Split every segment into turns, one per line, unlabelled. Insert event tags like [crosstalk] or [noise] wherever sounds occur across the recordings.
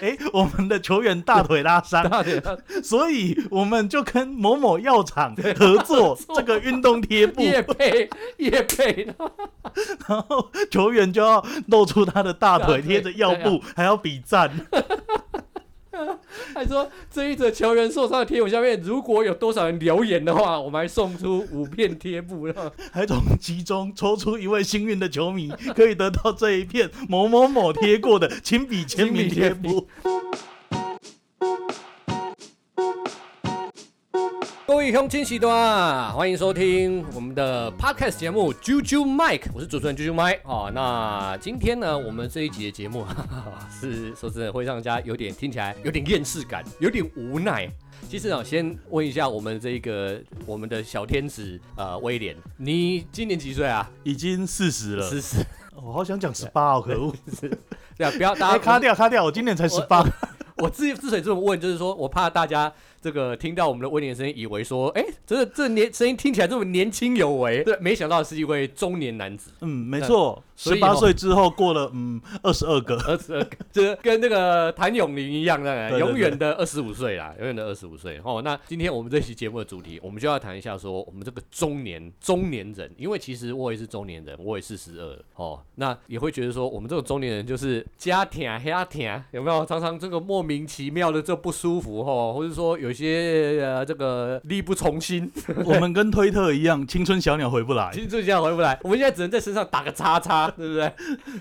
哎、我们的球员大腿拉伤，
大腿上
所以我们就跟某某药 [laughs] 厂合作
错
这个运动贴布，
[laughs] 叶配叶配，然后
然后球员就要露出他的大
大
腿啊
腿
贴着药布，还要比赞。
还说这一则球员受伤的贴文下面，如果有多少人留言的话，我们还送出五片贴布，然后
还从其中抽出一位幸运的球迷，可以得到这一片某某某贴过的亲笔签名贴布。
[laughs] 各位乡亲喜端，啊欢迎收听我们的 podcast 节目《啾啾 Mike》，我是主持人啾啾 Mike 哦。那今天呢，我们这一集的节目 [laughs] 哈哈哈是说真的会让大家有点听起来有点厌世感，有点无奈。其实啊，先问一下我们这个我们的小天子呃威廉，你今年几岁啊？
已经四十了，
十四。 [laughs]
我好想讲十八哦，可恶！
对啊，不要大
哎，
家
卡掉卡掉，我今年才十八。
我之之所以这么问，就是说我怕大家这个听到我们的威廉的声音，以为说，哎、这这年声音听起来这么年轻有为，对，没想到是一位中年男子，
嗯，没错，
所
十
以
八
哦
岁之后过了嗯二十二 [laughs] 个。
二十二，就是跟那个谭咏麟一样，那
对对对
永远的二十五岁啦，永远的二十五岁。哦，那今天我们这期节目的主题，我们就要谈一下说我们这个中年中年人，因为其实我也是中年人，我也四十二哦，那也会觉得说我们这种中年人就是家庭黑天，有没有？常常这个莫名其妙的这不舒服哦，或者说有些呃这个力不从心， [laughs]
我们跟推特一样，青春小鸟回不来。
其实最近回不来，我们现在只能在身上打个叉叉，对不对？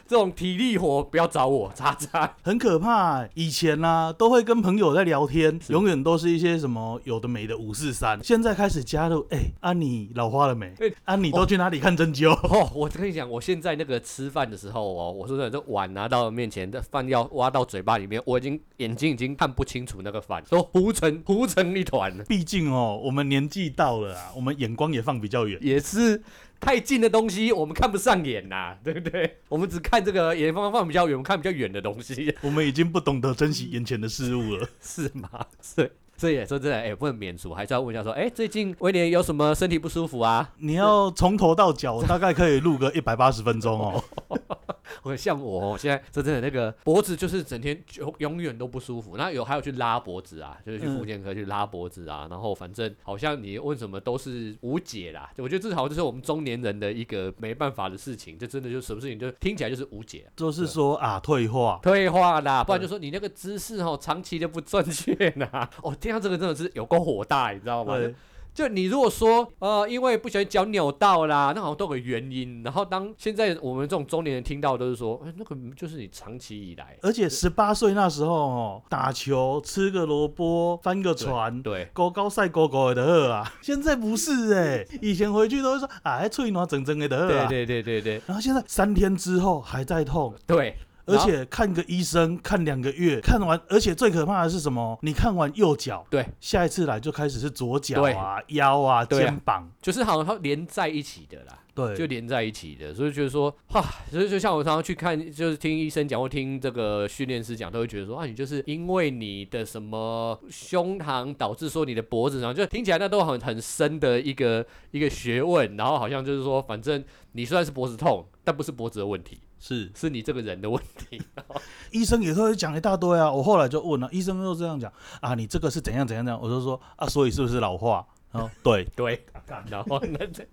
这种体力活不要找我叉叉。
很可怕、以前啦、都会跟朋友在聊天，永远都是一些什么有的没的五四三。现在开始加入，哎、啊你老花了没？
哎
啊你都去哪里看针灸？
哦，我跟你讲，我现在那个吃饭的时候哦，我说真的，这碗拿到面前，这饭要挖到嘴巴里面，我已经眼睛已经看不清楚那个饭，都糊成糊成一团了。
[laughs] 毕竟哦，我们年纪到了啊，我们眼光也放比较远。
也是太近的东西，我们看不上眼呐、对不对？我们只看这个眼方放比较远，我们看比较远的东西，
我们已经不懂得珍惜眼前的事物了。
是吗？是。这也说真的，哎、不能免俗，还是要问一下说，哎、最近威廉有什么身体不舒服啊？
[laughs] 你要从头到脚，我大概可以 [laughs] 录个一百八十分钟哦。
我像我、哦、现在真的那个脖子就是整天永永远都不舒服，那有还有去拉脖子啊，就是去
嗯
妇健科去拉脖子啊，然后反正好像你问什么都是无解啦。我觉得这好像就是我们中年人的一个没办法的事情，这真的就什么事情就听起来就是无解、
就是说啊，退化。
退化啦，不然就说你那个姿势哦，长期的不正确啦。哦，听到这个真的是有够火大，你知道吗？
对，
就你如果说呃，因为不小心脚扭到啦，那好像都有个原因。然后当现在我们这种中年人听到，都是说，哎、那个就是你长期以来，
而且十八岁那时候哦，打球、吃个萝卜、翻个船，
对，
高高赛高高的喝啊，现在不是哎、以前回去都会说啊，还脆暖整整的喝啊，
对对对对对
然后现在三天之后还在痛，
对，
而且看个医生看两个月，看完，而且最可怕的是什么？你看完右脚，
对，
下一次来就开始是左脚啊、腰啊、
对啊
肩膀，
就是好像它连在一起的啦。就
对，
连在一起的，所以觉得说，哈，所以就像我常常去看，就是听医生讲或听这个训练师讲，都会觉得说，啊，你就是因为你的什么胸膛导致说你的脖子上，就听起来那都很很深的一个一个学问，然后好像就是说，反正你虽然是脖子痛，但不是脖子的问题，
是
是你这个人的问题。
医生也都会讲一大堆啊。我后来就问了，医生又这样讲啊，你这个是怎样怎样怎样，我就说啊，所以是不是老化？然后对， [laughs]
对， [laughs] 然后那这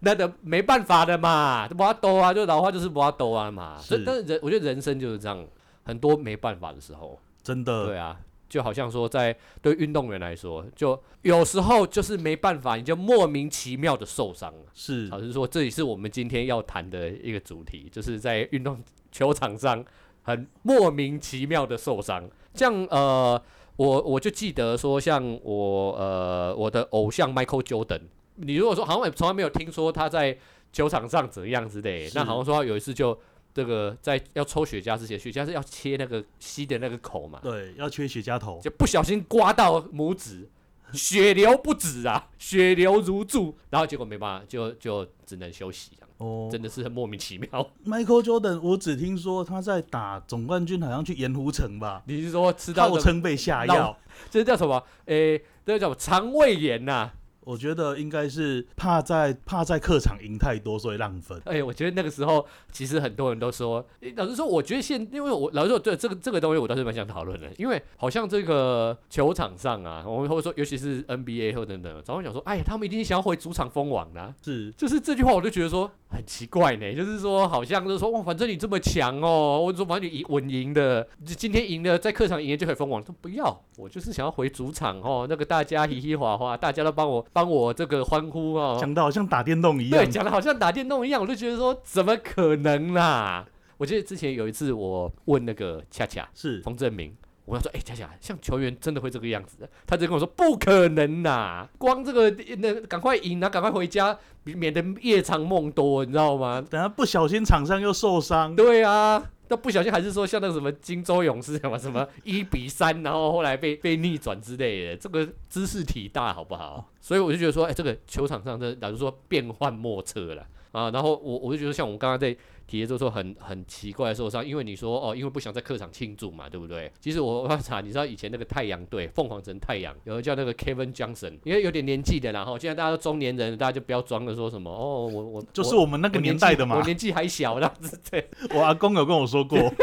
那的没办法的嘛，不要兜啊，就老话就是不要兜啊嘛。
是
这但是人，我觉得人生就是这样，很多没办法的时候。
真的
对啊，就好像说在对运动员来说，就有时候就是没办法，你就莫名其妙的受伤了。
是
老实说，这也是我们今天要谈的一个主题，就是在运动球场上很莫名其妙的受伤。像呃，我我就记得说，像我呃我的偶像 Michael Jordan，你如果说好像也从来没有听说他在球场上怎样之类，
是
那好像说他有一次就。这个在要抽雪茄之前，雪茄是要切那个吸的那个口嘛？
对，要缺血加头。
就不小心刮到拇指，血流不止啊，血流如注，然后结果没办法，就就只能休息这样，
哦，
真的是很莫名其妙。 [laughs]
Michael Jordan，我只听说他在打总冠军，好像去盐湖城吧，
你是说吃到
号
这
称被下
闹
药，
这叫什么？诶、这叫什么肠胃炎呐、啊
我觉得应该是怕在怕在客场赢太多，所以让分。
哎、我觉得那个时候其实很多人都说，诶老实说，我觉得现因为我老实说，对这个这个东西我倒是蛮想讨论的，因为好像这个球场上啊，我们会说，尤其是 NBA 或等等，早上想说，哎呀，他们一定想要回主场封王啊啦、
是
就是这句话，我就觉得说很奇怪呢，就是说好像就是说哇，反正你这么强哦，我说反正你赢稳赢的，你今天赢了，在客场赢了就可以封王，说不要，我就是想要回主场哦，那个大家嘻嘻哈哈，大家都帮我帮我这个欢呼哦，
讲到好像打电动一样
对，，讲的好像打电动一样，我就觉得说怎么可能啦？我记得之前有一次我问那个恰恰
是
冯正明。我跟他说：“哎、恰恰，像球员真的会这个样子的？”他就跟我说：“不可能呐、光这个那赶快赢啊，赶快回家，免免得夜长梦多，你知道吗？
等下不小心场上又受伤，
对啊，那不小心还是说像那个什么金州勇士什么什么一比三，然后后来被被逆转之类的，这个知识体大好不好？所以我就觉得说，哎、这个球场上的，假如说变幻莫测了啊。然后我我就觉得像我们刚刚在提的时候说很很奇怪的受伤，因为你说哦，因为不想在客场庆祝嘛，对不对？其实我观察，你知道以前那个太阳队凤凰城太阳有人叫那个 Kevin Johnson，因为有点年纪的啦，然后现在大家都中年人了，大家就不要装了，说什么哦，我我
就是
我
我们那
那
个年代的
我
嘛。
年纪还小，这样子对。
我阿公有跟我说过， [laughs]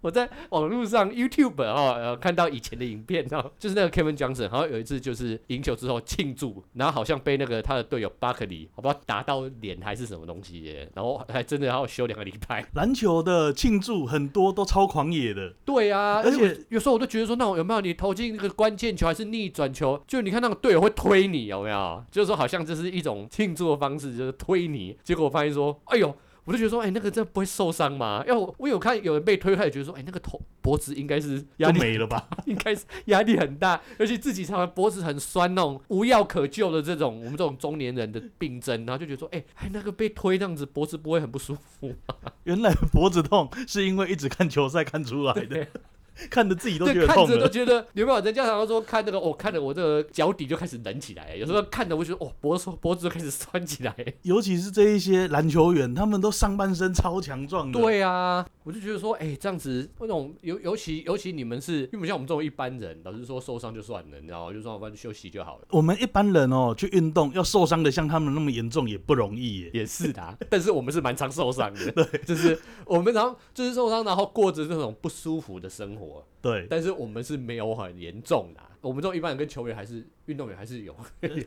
我在网络上 YouTube 哦，呃，看到以前的影片哦，就是那个 Kevin Johnson，好像有一次就是赢球之后庆祝，然后好像被那个他的队友巴克利，我不知道打到脸还是什么东西耶，然后还真的要休两个礼拜。
篮球的庆祝很多都超狂野的，
对啊，
而且
我有时候我都觉得说，那种有没有你投进那个关键球还是逆转球，就你看那个队友会推你，有没有？就是说好像这是一种庆祝的方式，就是推你。结果我发现说，哎呦。我就觉得说，哎、那个真的不会受伤吗？要我我有看有人被推开，觉得说，哎、那个头脖子应该是压
就
力
没了吧？
应该是压力很大，尤其自己常常脖子很酸那种无药可救的这种我们这种中年人的病症，然后就觉得说，哎、哎那个被推这样子，脖子不会很不舒服？
原来脖子痛是因为一直看球赛看出来的， [laughs] 看得自 [laughs] 己都觉
对，
得
看
痛
着都
了。
觉得有没有？人家常常说看那个，我、哦看着我这个脚底就开始冷起来，有时候看着我就觉得，哦，脖子脖子就开始酸起来。
尤其是这一些篮球员，他们都上半身超强壮的，，
对啊，我就觉得说，哎、这样子那种尤尤其尤其你们是，因为不像我们这种一般人，老实说受伤就算了，你知道吗？就算我们休息就好了。
我们一般人哦，去运动要受伤的像他们那么严重也不容易耶。
也是的、啊， [laughs] 但是我们是蛮常受伤的，对，就是我们然后就是受伤，然后过着这种不舒服的生活， [laughs]
对，
但是我们是没有很严重的啊、我们这种一般人跟球员还是运动员还是有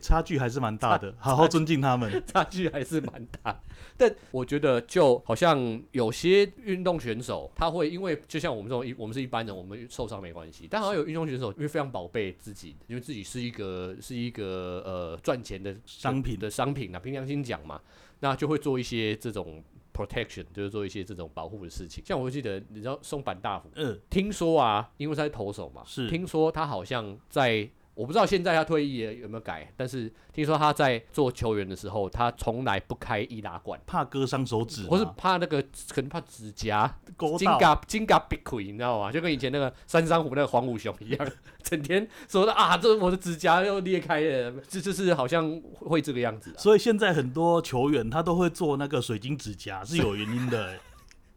差距还是蛮大的，好好尊敬他
[laughs]
们。
差距还是蛮大，但我觉得就好像有些运动选手他会因为就像我们这种一我们是一般人，我们受伤没关系，但好像有运动选手因为非常宝贝自己，因为自己是一个是一个呃赚钱的
商品
的商品啊，凭良心讲嘛，那就会做一些这种 protection，就是做一些这种保护的事情。像我记得，你知道松坂大辅，
嗯，
听说啊，因为他是投手嘛，
是
听说他好像在。我不知道现在他退役了有没有改，但是听说他在做球员的时候，他从来不开易拉罐，
怕割伤手指嘛，
或是怕那个可能怕指甲
勾
金
到，
嘎金嘎必亏，你知道吗？就跟以前那个三山虎那个黄武雄一样，整天说的啊，这我的指甲又裂开了，这就是好像会这个样子啊。
所以现在很多球员他都会做那个水晶指甲，是有原因
[laughs]
的耶。哎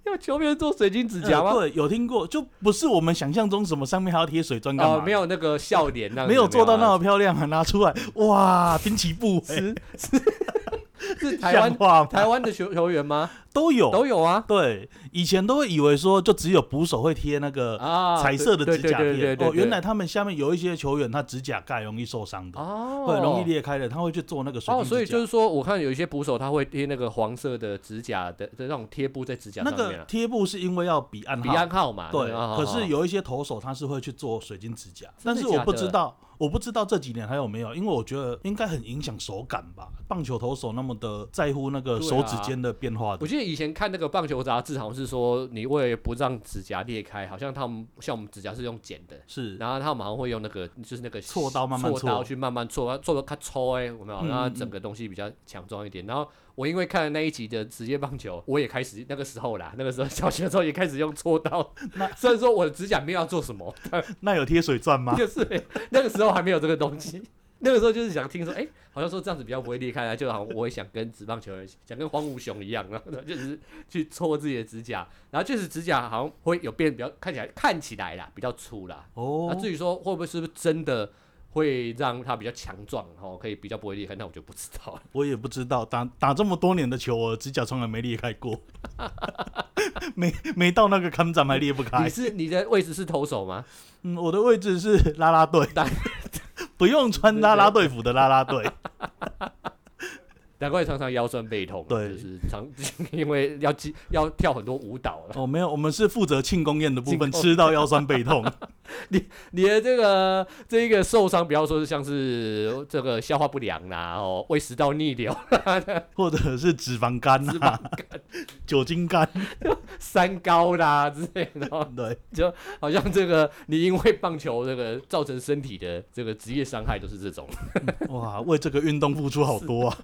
要求别人做水晶指甲
呃
吗？
对，有听过，就不是我们想象中什么上面还要贴水钻干嘛
啊、
的、
没有那个笑脸那样子，
没有做到那
有
么漂亮啊！拿出来，哇，滨崎步、欸，
啊是
[laughs]
台
像
湾
话吗？
台湾的球球员吗？
都有，
都有啊
对，以前都会以为说，就只有捕手会贴那个
啊，
彩色的指甲
对对对
贴。
对对
哦，原来他们下面有一些球员，他指甲盖容易受伤的，
哦，
会容易裂开的，他会去做那个水
哦，
晶指甲。
所以就是说，我看有一些捕手他会贴那个黄色的指甲的的那种贴布在指甲
那
上面
个
啊，
贴布是因为要比暗
比
号，
安号嘛，
对。
啊
可是有一些投手他是会去做水晶指甲，
真
但
的
是
假
我不
的
知道，我不知道这几年还有没有，因为我觉得应该很影响手感吧。棒球投手那么的在乎那个
对
手指
啊
间的变化的
我，记得以前看那个棒球杂志，好像是说你为了不让指甲裂开，好像他们像我们指甲是用剪的，
是
然后他们好像会用那个就是那个
锉刀慢慢
锉刀
锉
去慢慢锉，做的它抽哎，有没有？
嗯
让它
嗯
整个东西比较强壮一点。然后我因为看了那一集的职业棒球，我也开始那个时候啦，那个时候小学的时候也开始用
[laughs]
锉刀。虽然说我的指甲没有要做什么，
那有贴水钻吗？
就是那个时候还没有这个东西。那个时候就是想听说，哎、好像说这样子比较不会裂开来，啊就好像我也想跟职棒球员，想跟黄武雄一样，然后就是去搓自己的指甲，然后确实指甲好像会有变比较看起来看起来啦比较粗啦。那
哦，
至于说会不会是不是真的会让他比较强壮，哦，可以比较不会裂开，那我就不知道了。
我也不知道，打打这么多年的球，我指甲从来没裂开过， [laughs] 没没到那个看展还裂不
你 [laughs]
开。
是你的位置是投手吗？
嗯，我的位置是啦啦
[laughs]
队 [laughs]
打，
不用穿啦啦队服的啦啦
[laughs]
队。
难怪常常腰酸背痛啊，
对
就是常 [laughs] 因为要记要跳很多舞蹈了。
哦，没有，我们是负责庆功宴的部
庆
分，
功
吃到腰酸背
[laughs]
痛。
你的这个这一个受伤，不要说是像是这个消化不良啦、哦，胃食道逆流、
或者是脂肪肝
脂
啊、酒精肝，
[laughs] 三高啦之类的哦，
对，
好像这个你因为棒球这个造成身体的这个职业伤害都是这种
哇，为这个运动付出好多啊！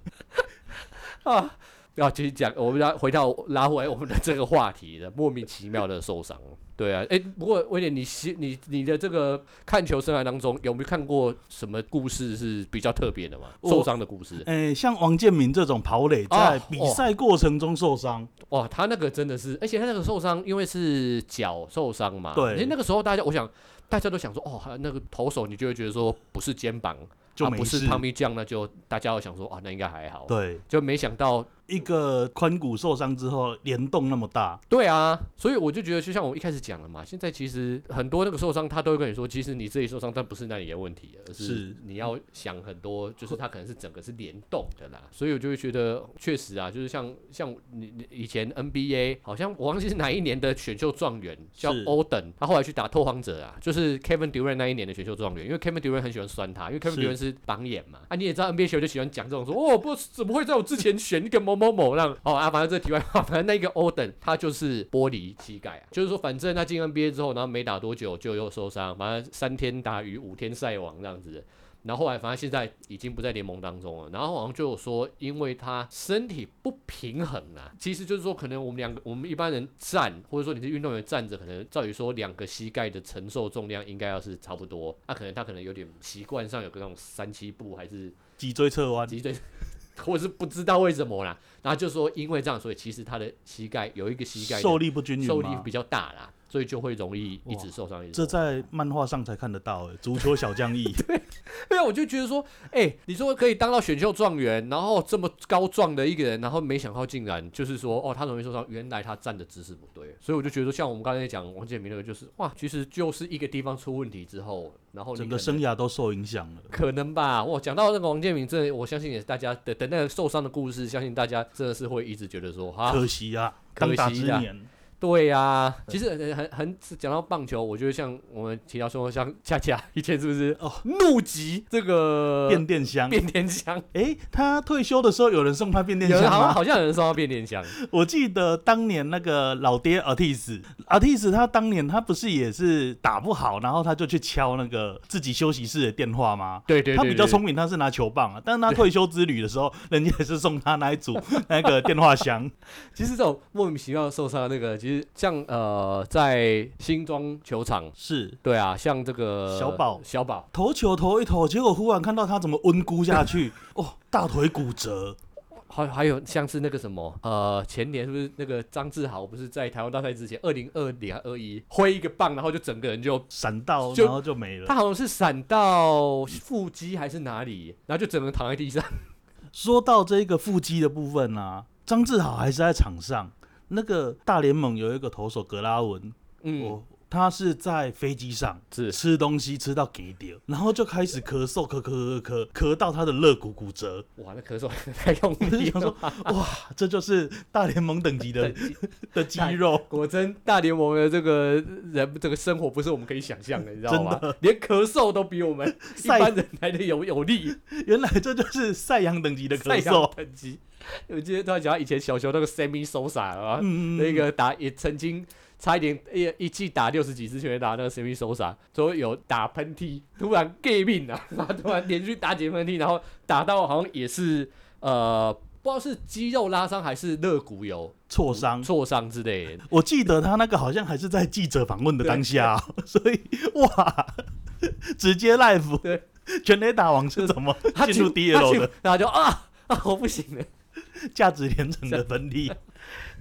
啊。要继续讲，我们要回到拉回我们的这个话题了，莫名其妙的受伤。对啊，哎、不过威廉，你是你你的这个看球生涯当中，有没有看过什么故事是比较特别的吗？
我
受伤的故事？
哎、像王建民这种跑垒，在
啊
比赛过程中受伤，
哇，他那个真的是，而且他那个受伤，因为是脚受伤嘛，
对
而且那个时候大家，我想大家都想说，哦，他那个投手，你就会觉得说不是肩膀，
就
啊、
没
不是
事。
汤米酱，那就大家会想说，啊，那应该还好，，
对，
就没想到，
一个髋骨受伤之后联动那么大，
对啊，所以我就觉得，就像我一开始讲了嘛，现在其实很多那个受伤，他都会跟你说，其实你这里受伤，但不是那里的问题，而
是
是你要想很多，就是他可能是整个是联动的啦，所以我就会觉得，确实啊，就是像像你你以前 NBA 好像我忘记是哪一年的选秀状元叫
是
欧登，他后来去打拓荒者啊，就是 Kevin Durant 那一年的选秀状元，因为 Kevin Durant 很喜欢酸他，因为 Kevin
是
Durant 是榜眼嘛，啊你也知道 NBA 球就喜欢讲这种说哦不怎么会在我之前选一个某某某让哦啊反正这题外话， [laughs] 反正那个欧登他就是玻璃膝盖啊，就是说反正他进 NBA 之后，然后没打多久就又受伤，反正三天打鱼五天晒网这样子的然后后来，反正现在已经不在联盟当中了。然后好像就有说，因为他身体不平衡啊，其实就是说，可能我们两个，我们一般人站，或者说你是运动员站着，可能照理说两个膝盖的承受重量应该要是差不多。那、可能他可能有点习惯上有个那种三七步还是
脊椎侧弯，
脊椎，我是不知道为什么啦。然后就说因为这样，所以其实他的膝盖有一个膝盖的
受力不均匀
受力
嘛
比。较大啦，所以就会容易一直
哇
受伤。一直
这
受伤
在漫画上才看得到、哎，足球小将
[laughs]
翼，
对啊，我就觉得说，哎、你说可以当到选秀状元，然后这么高壮的一个人，然后没想到竟然就是说，哦，他容易受伤，原来他站的姿势不对，所以我就觉得，像我们刚才讲王建民那个，就是哇，其实就是一个地方出问题之后，然后你
整
可
个
能
生涯都受影响了。
可能吧，哇，讲到那个王建民，真的，我相信也是大家的的那个受伤的故事，相信大家真的是会一直觉得说，啊，
可惜啊，
可
当
惜
打之
啊
年，
对呀、其实很很很讲到棒球，我觉得像我们提到说，像恰恰以前是不是
哦
怒极这个
变电箱。
呃变天香？
哎、他退休的时候有人送他变电
有啊
箱
人好像
吗？
好像有人送到变电箱，
我记得当年那个老爹 Artis，Artis 他当年他不是也是打不好，然后他就去敲那个自己休息室的电话吗？
对对对
他比较聪明，他是拿球棒啊，但是他退休之旅的时候，人家也是送他那一
[laughs]
组那个电话箱，
其实这种莫名其妙受伤的那个，其实像呃，在新庄球场，
是
对啊，像这个
小宝
小宝，
投球投一投，结果忽然看到他怎么温咕下 [laughs] 去，哦，大腿骨折，
还还有像是那个什么呃，前年是不是那个张志豪不是在台湾大赛之前，二零二零二一挥一个棒，然后就整个人就。
闪到
就
然后就没了
他。好像是闪到腹肌还是哪里，然后就整个人躺在地上。
说到这个腹肌的部分啊，张志豪还是在场上。那个大联盟有一个投手格拉文，
嗯，
哦，他是在飞机上
是
吃东西吃到给掉，然后就开始咳嗽，咳咳咳咳，咳到他的肋骨骨 [laughs] 折。
哇，那咳嗽 [laughs] 太用
我就
力
想
了
说，哇，这就是大联盟 [laughs] 等级的的肌肉，
果真，大联盟的这个人这个生活不是我们可以想象的，你知道吗？连咳嗽都比我们一
赛
般人来的有有力，
原来这就是赛扬等级的
赛
咳
扬
嗽。
等级。我记得突然想到以前小球那个 Sammy Sosa 啊，
嗯，
那个打也曾经差一点一一季打六十几次全垒打，那个 Sammy Sosa 都有打喷嚏，突然 gay 命啊，然后突然连续打几个喷嚏，然后打到好像也是呃。不知道是肌肉拉伤还是肋骨有
挫伤。
挫伤之类的，
我记得他那个好像还是在记者访问的当下哦、 [laughs] 所以哇，直接 live
对
全垒打王是怎么
他
进入 DL 的，
然后就啊啊，我不行了。 [laughs]
价值连城的分裂？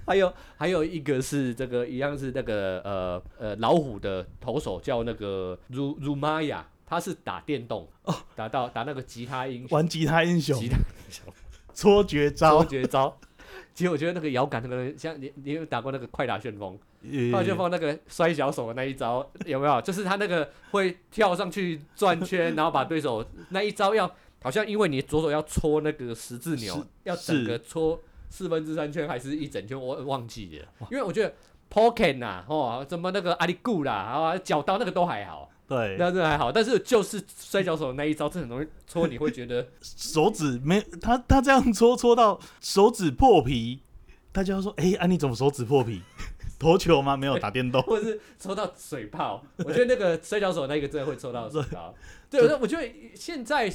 还有还有一个是这个一样是那个呃呃老虎的投手叫那个 Ru Rumaya，他是打电动哦，打到打那个吉他英雄，
玩吉他英雄
吉，他英雄
搓绝招
周，绝招。其实我觉得那个摇杆那个人，像你，你有打过那个快打旋风？
呃
快打旋风那个摔小手的那一招 [laughs] 有没有？就是他那个会跳上去转
[laughs]
圈，然后把对手那一招要，好像因为你左手要搓那个十字
是
钮，要整
是
个搓四分之三圈还是一整圈，我忘记了。因为我觉得 Pocket 呐、哦，怎么那个阿里固啦，啊，脚刀那个都还好，
对，
那这还好，但是就是摔跤手的那一招，这很容易搓，你会觉得，
手指没他他这样搓搓到手指破皮，大家说哎，啊你怎么手指破皮？ [laughs] 投球吗？没有打电动
[laughs] 或者是抽到水泡。我觉得那个摔跤手那个真的会抽到水泡。对，我觉得我觉得现在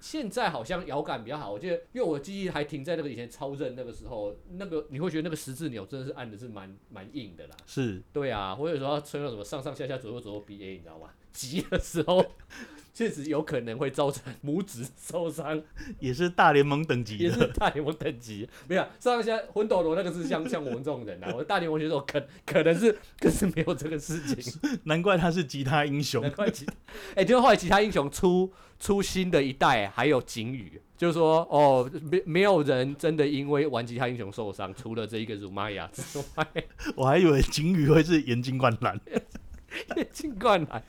现在好像摇杆比较好。我觉得因为我记忆还停在那个以前超任那个时候，那个你会觉得那个十字钮真的是按的是蛮蛮硬的啦。
是
对啊，或者说要吹到什么上上下下左右左右 B A，你知道吗？急的时候。确实有可能会造成拇指受伤，
也是大联盟等级
也
的，
是大联盟等级。没有上上下魂斗罗那个是像像我们这种人啊，我大联盟选手可可能是更是没有这个事情。
难怪他是吉他英雄
难。怪其他，哎、就是后来其他英雄出出新的一代，还有警语，就是说哦，没没有人真的因为玩其他英雄受伤，除了这一个辱玛雅之外，
我还以为金鱼会是眼睛灌篮，
尽管来，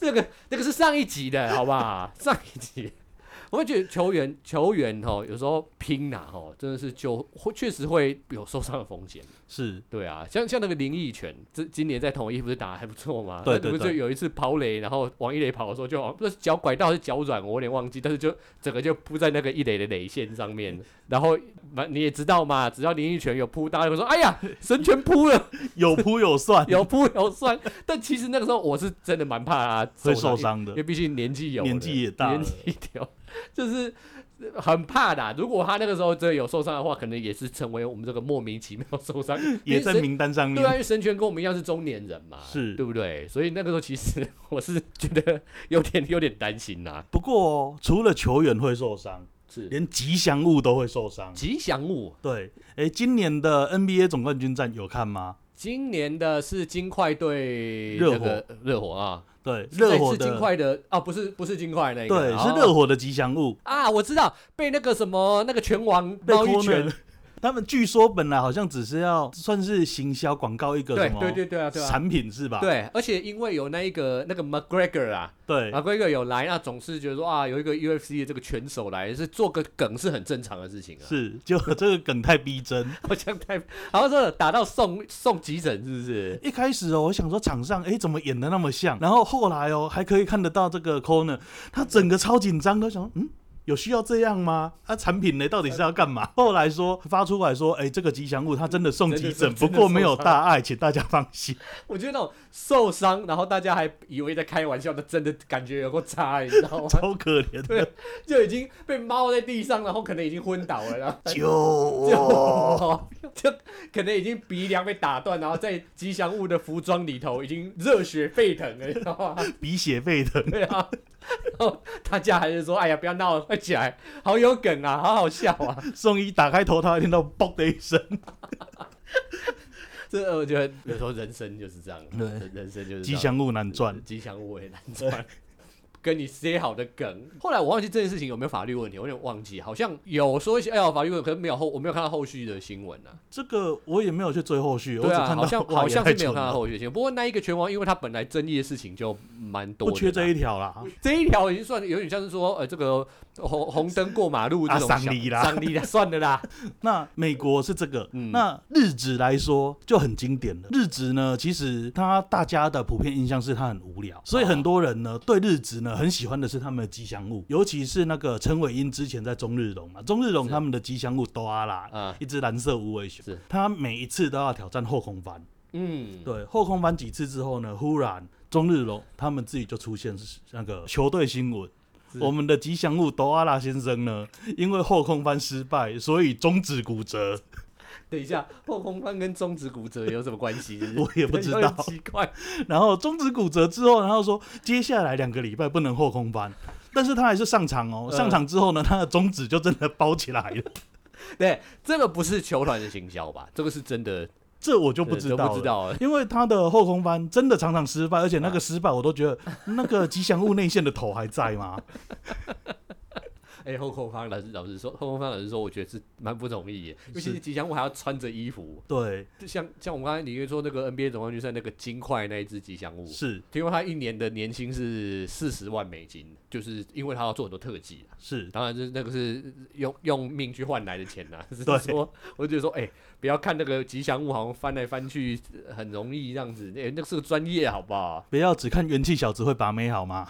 这个这个是上一集的好不好？上一集。我会觉得球员球员哦，有时候拼呐、哦，真的是就会确实会有受伤的风险。
是
对啊，像像那个林奕泉，这今年在统一不是打得还不错吗？
对
那你
对
不是
对
有一次跑垒，然后往一垒跑的时候就往，不是脚拐到还是脚软，我有点忘记，但是就整个就扑在那个一垒的垒线上面，
嗯
[laughs] 然后嘛你也知道嘛，只要林奕泉有扑，大家会说哎呀神拳扑了，
有扑有算， [laughs]
有扑有算，但其实那个时候我是真的蛮怕他
会受
伤，
伤
因
的
为。毕竟年纪有了
年纪也大了
年纪有，就是。很怕的啊、如果他那个时候真的有受伤的话，可能也是成为我们这个莫名其妙受伤，
也在
因为
名单上
对啊，因
面。
为神权跟我们一样是中年人嘛，
是
对不对？所以那个时候其实我是觉得有点有点担心呐、啊
不过除了球员会受伤，
是
连吉祥物都会受伤。
吉祥物，
对，哎，今年的 NBA 总冠军战有看吗？
今年的是金块对
热
那个热火啊，
对，
是在
热火
是金
的，
块的啊，不是不是金块那个，
对，
哦
是热火的吉祥物
啊，我知道被那个什么那个拳王
被
猫一
corner
拳，
他们据说本来好像只是要算是行销广告一个
对
什么
对对对啊对啊。
产品是吧？
对，而且因为有那一个那个 McGregor 啊
对
，McGregor 有来，那总是觉得说啊，有一个 UFC 的这个拳手来，是做个梗是很正常的事情啊。
是，就这个梗太逼真。
[laughs] 好像太，好像是打到送送急诊，是不是？
一开始哦，我想说场上哎怎么演的那么像，然后后来哦还可以看得到这个 corner，他整个超紧张，都想嗯。有需要这样吗？啊，产品呢到底是要干嘛？后来说发出来说，哎、这个吉祥物它真的送急
真的
诊，
是
不过没有大碍，请大家放
[laughs]
心。
我觉得那种受伤，然后大家还以为在开玩笑，那真的感觉有够差，你知道 [laughs] 吗？
超可怜的，
就已经被猫在地上，然后可能已经昏倒了，然后
救
[laughs]
我！
就可能已经鼻梁被打断，然后在吉祥物的服装里头已经热血沸腾了，你知道 [laughs] 吗？
鼻血沸腾，
对啊，然后大家还是说：“哎呀，不要闹了，快起来，好有梗啊，好好笑啊。”
送医打开头，他会听到嘣的一声。
[laughs] 这我觉得有时候人生就是这样，
对
人人生就是这
吉
样
祥物难赚，
吉祥物也难赚。跟你塞好的梗，后来我忘记这件事情有没有法律问题，我有点忘记，好像有说一些哎呀法律问题，可是没有后我没有看到后续的新闻啊。
这个我也没有去追后续，我
对
只
啊，
看到
好像
哇
好像
也
是
太
没有
蠢
看到
了
后续的新闻。不过那一个拳王，因为他本来争议的事情就蛮多
不
的
缺
啦，
这一条啊啦。
这一条已经算有点像是说呃这个红红灯过马路这
啊
种
赏
小
梨啦
赏梨啦，算了啦。
那美国是这个，
嗯
那日职来说就很经典了。日职呢，其实它大家的普遍印象是它很无聊，
哦
所以很多人呢对日职呢很喜欢的是他们的吉祥
嗯
物，尤其是那个陈伟英之前在中日龙嘛，中日龙
是
他们的吉祥物多阿拉。
啊，
一只蓝色无尾熊
是，
他每一次都要挑战后空翻。
嗯，
对，后空翻几次之后呢，忽然中日龙他们自己就出现是那个球队新闻，
是
我们的吉祥物多阿拉先生呢，因为后空翻失败，所以中指骨折。 [laughs]
等一下，后空翻跟中指骨折有什么关系？是是
[laughs] 我也不知道
有点奇怪。
然后中指骨折之后，然后说接下来两个礼拜不能后空翻，但是他还是上场哦。
嗯
上场之后呢，他的中指
[laughs]
就真的包起来了。
对，这个不是球团的行销吧？这个是真的
这我就
都
不知
都
道
不知
了。
道了。啊
因为他的后空翻真的常常失败，而且那个失败我都觉得那个吉祥物内线的头还在吗？
[laughs] 哎、后空翻老师老师说，后空翻老师说，我觉得是蛮不容易耶，尤其
是
是吉祥物还要穿着衣服，
对，
就像像我们刚才里面说那个 NBA 总冠军赛那个金块那一只吉祥物，
是
听说他一年的年薪是四十万美金，就是因为他要做很多特技啊
是，
当然，就是那个是用用命去换来的钱呐、啊 [laughs] 只是
对
说，我就觉得说，哎、不要看那个吉祥物好像翻来翻去呃很容易这样子，哎、那个是个专业，好不好？
不要只看元气小子会把妹好 [laughs] 吗？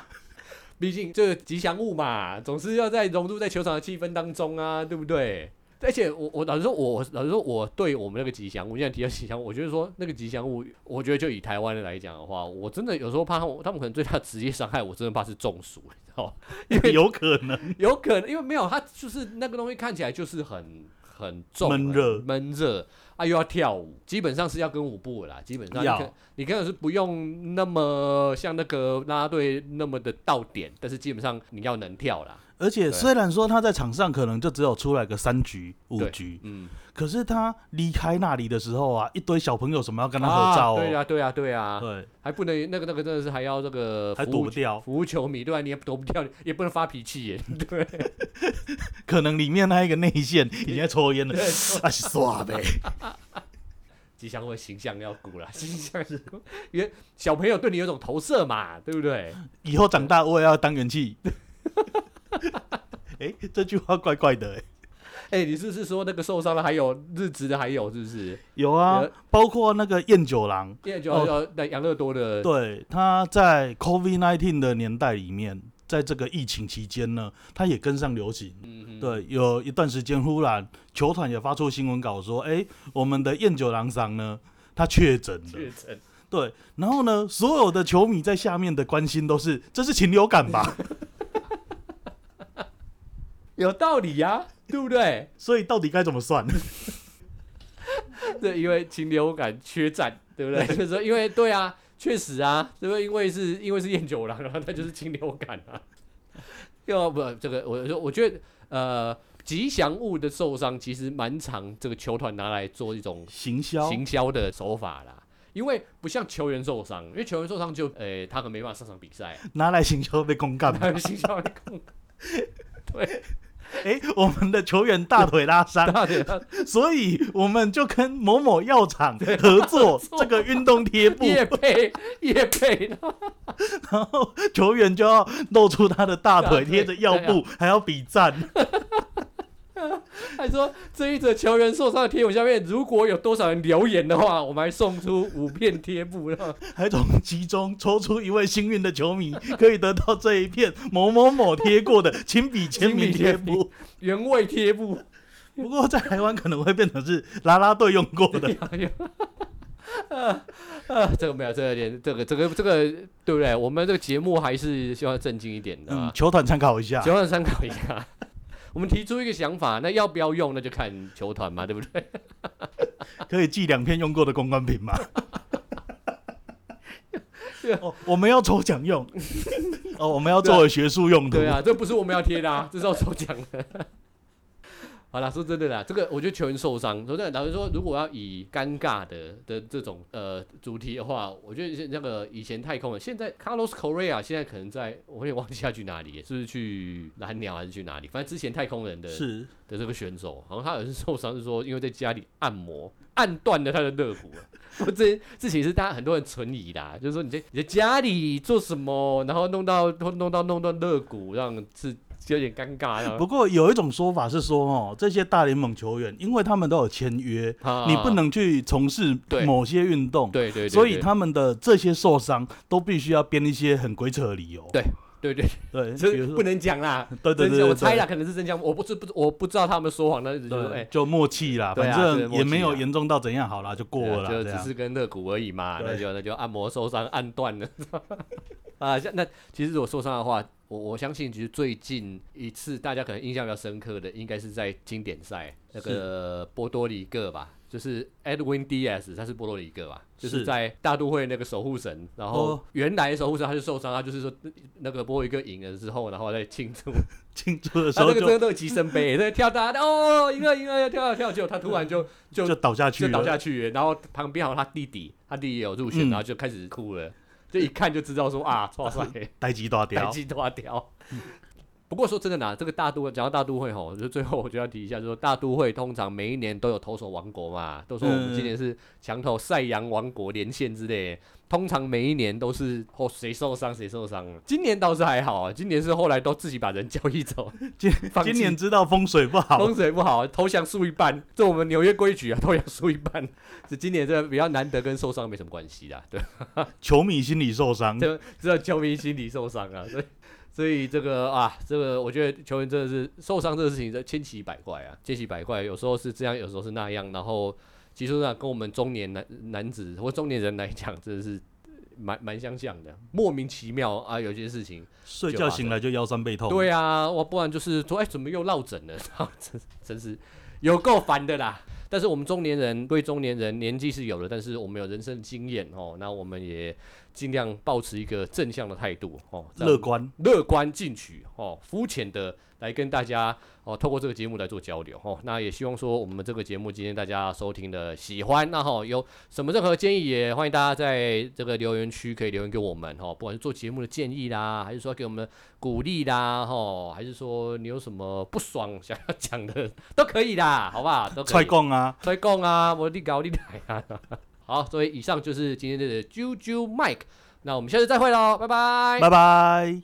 毕竟这个吉祥物嘛，总是要在融入在球场的气氛当中啊，对不对？而且我我老实说我，老实说，我对我们那个吉祥物，现在提到吉祥物，我觉得说那个吉祥物，我觉得就以台湾人来讲的话，我真的有时候怕他们，他们可能最大的职业伤害，我真的怕是中暑，你知道吗？因为
有可能，
有可能，因为没有他，就是那个东西看起来就是很很重、
闷热
很闷热啊，又要跳舞，基本上是要跟舞步了啦。基本上你
要
可你根本是不用那么像那个啦啦队那么的到点，但是基本上你要能跳啦。
而且
对
虽然说他在场上可能就只有出来个三局五
对
局，
嗯，
可是他离开那里的时候啊，一堆小朋友什么要跟他合照
啊对
哦，
啊，对啊，对啊，
对，
还不能那个那个真的是还要这个
还
服
躲
务
不掉，
服务球迷对吧、你也躲不掉，也不能发脾气耶， [laughs] 对。
可能里面那一个内线已经在抽烟了，啊，耍呗，
吉祥物的形象要顾啦，形象是顾，因为小朋友对你有种投射嘛，对不对？
以后长大我也要当元 [laughs] 气。哎、这句话怪怪的、欸。
哎、你是不是说那个受伤的还有日职的还有是不是？
有啊
有，
包括那个燕九郎，
现在就
哦
要要那养乐多的，
对，他在 COVID 1 9的年代里面，在这个疫情期间呢，他也跟上流行。
嗯，
对，有一段时间忽然球团也发出新闻稿说，哎、我们的燕九郎桑呢，他确诊
确
了。
诊
对，然后呢，所有的球迷在下面的关心都是，这是禽流感
[laughs]
吧？
有道理呀、对不对？
所以到底该怎么算？
对，因为禽流感缺战，对
[laughs]
不对？就是说，因为对啊，确实啊，对不对？因为是因为是厌酒郎，然后他就是禽流感啊。要不这个，我说我觉得呃，吉祥物的受伤其实蛮常这个球团拿来做一种
行销
行销的手法啦。因为不像球员受伤，因为球员受伤就，诶、他可能没办法上场比赛，啊
拿来行销被公
[laughs]
干嘛
还？有形象的空
哎、我们的球员大腿拉伤，
[laughs] 大的
所以我们就跟某某药厂合
[laughs]
作
错
这个运动贴
[laughs]
布，
叶配叶配，然后
然后球员就要露出他的大
大
腿，
腿
贴着药布，还要比赞。
还说这一则球员受伤的贴文下面，如果有多少人留言的话，我们还送出五片贴布， [laughs] 然后
还从其中抽出一位幸运的球迷，可以得到这一片某某某贴过的亲笔签名贴
亲笔
布。
原味贴布，
不过在台湾可能会变成是啦啦队用过的，
啊啊， [laughs] 这个没有，这个有点，这个这个这个对不对？我们这个节目还是希望正经一点的、
嗯
啊，，
球团参考一下。
球团参考一下。 [laughs] 我们提出一个想法，那要不要用，那就看球团嘛，对不对？
可以寄两片用过的公关品吗？哦，我们要抽奖用。哦，我们要作为学术用途。
对啊，这不是我们要贴的啊，这是要抽奖的。 [laughs] 好啦，说真的啦，这个我觉得球员受伤，说真的，老实说，如果要以尴尬的的这种呃主题的话，我觉得是那个以前太空人，现在 Carlos Correa 现在可能在，我有点忘记他去哪里了，是不是去蓝鸟还是去哪里？反正之前太空人的
是
的这个选手，好像他有人受伤，是说因为在家里按摩按断了他的肋骨啊。 [laughs] 我这这其实大家很多人存疑啦，就是说你在你在家里做什么，然后弄到弄到弄到肋骨，让是有点尴尬
不
了。
过有一种说法是说，哦，这些大联盟球员，因为他们都有签约，
啊
你不能去从事
对
某些运动，
对对对，
所以
对
他们的这些受伤都必须要编一些很鬼扯的理由。
对对，
对，
所
比
以
如
[laughs] 不
说，
能讲啦。
对对
真相
对
我猜啦，
对
可能是真相，我不是不我不知道他们说谎，那只是说
对
哎，。
就默契啦，
对啊
反
对
正
默契
也没有
啊
严重到怎样，好啦，就过
对啊
了啦，
就
这
只
样
是跟肋骨而已嘛，
对
那就那就按摩受伤按断了， [laughs] 啊，像那其实如果说上的话，我我相信其实最近一次大家可能印象比较深刻的，应该是在经典赛那个波多黎各吧。就是 Edwin Diaz，他是波多黎各吧，就是
是
在大都会那个守护神，然后
哦
原来守护神他就受伤，他就是说那个波多黎各赢了之后，然后再庆祝
庆祝的 [laughs] 时
他啊
候
那个
就、
真的都有急升杯，在跳大家哦，赢了赢了，跳啊跳啊，结果他突然就就
就倒下去
就
了，
倒下去，然后旁边好像他弟弟，他弟弟也有入选，
嗯
然后就开始哭了，就一看就知道
[laughs]
说啊，哇 [laughs] 塞，
呆鸡大
代
雕，
际大条。
嗯
不过说真的啦，这个大都会讲到大都会吼，就最后我就要提一下，就是说大都会通常每一年都有投手王国嘛，都说我们今年是强投赛扬王国连线之类的，通常每一年都是哦谁受伤谁受伤，今年倒是还好啊，今年是后来都自己把人交易走，
今
放弃
今年知道风水不好，
风水不好，投降输一半，这我们纽约规矩啊，投降输一半。这今年这比较难得，跟受伤没什么关系啦，对，
球迷心理受伤，
这这让球迷心理受伤啊，所以所以这个啊，这个我觉得球员真的是受伤这个事情，这千奇百怪啊，千奇百怪，有时候是这样，有时候是那样，然后技术上跟我们中年男男子或中年人来讲，真的是蛮蛮相像的，莫名其妙啊，有些事情。
睡觉醒来就腰酸背痛，
对啊，我不然就是说，哎，怎么又落枕了？ [laughs] 然后真真是有够烦的啦。但是我们中年人对中年人年纪是有了，但是我们有人生经验哦，那我们也尽量保持一个正向的态度哦，这样
乐观，
乐观进取哦，肤浅的来跟大家哦，透过这个节目来做交流哦。那也希望说我们这个节目今天大家收听的喜欢，那哈、有什么任何建议也欢迎大家在这个留言区可以留言给我们哦，不管是做节目的建议啦，还是说给我们鼓励啦哈、还是说你有什么不爽想要讲的都可以啦， [laughs] 好不好？都可
踹
以。
供啊，
推供啊，我你搞你来啊。 [laughs] 好，所以以上就是今天的啾啾 Mike，那我们下次再会喽，拜拜。
拜拜。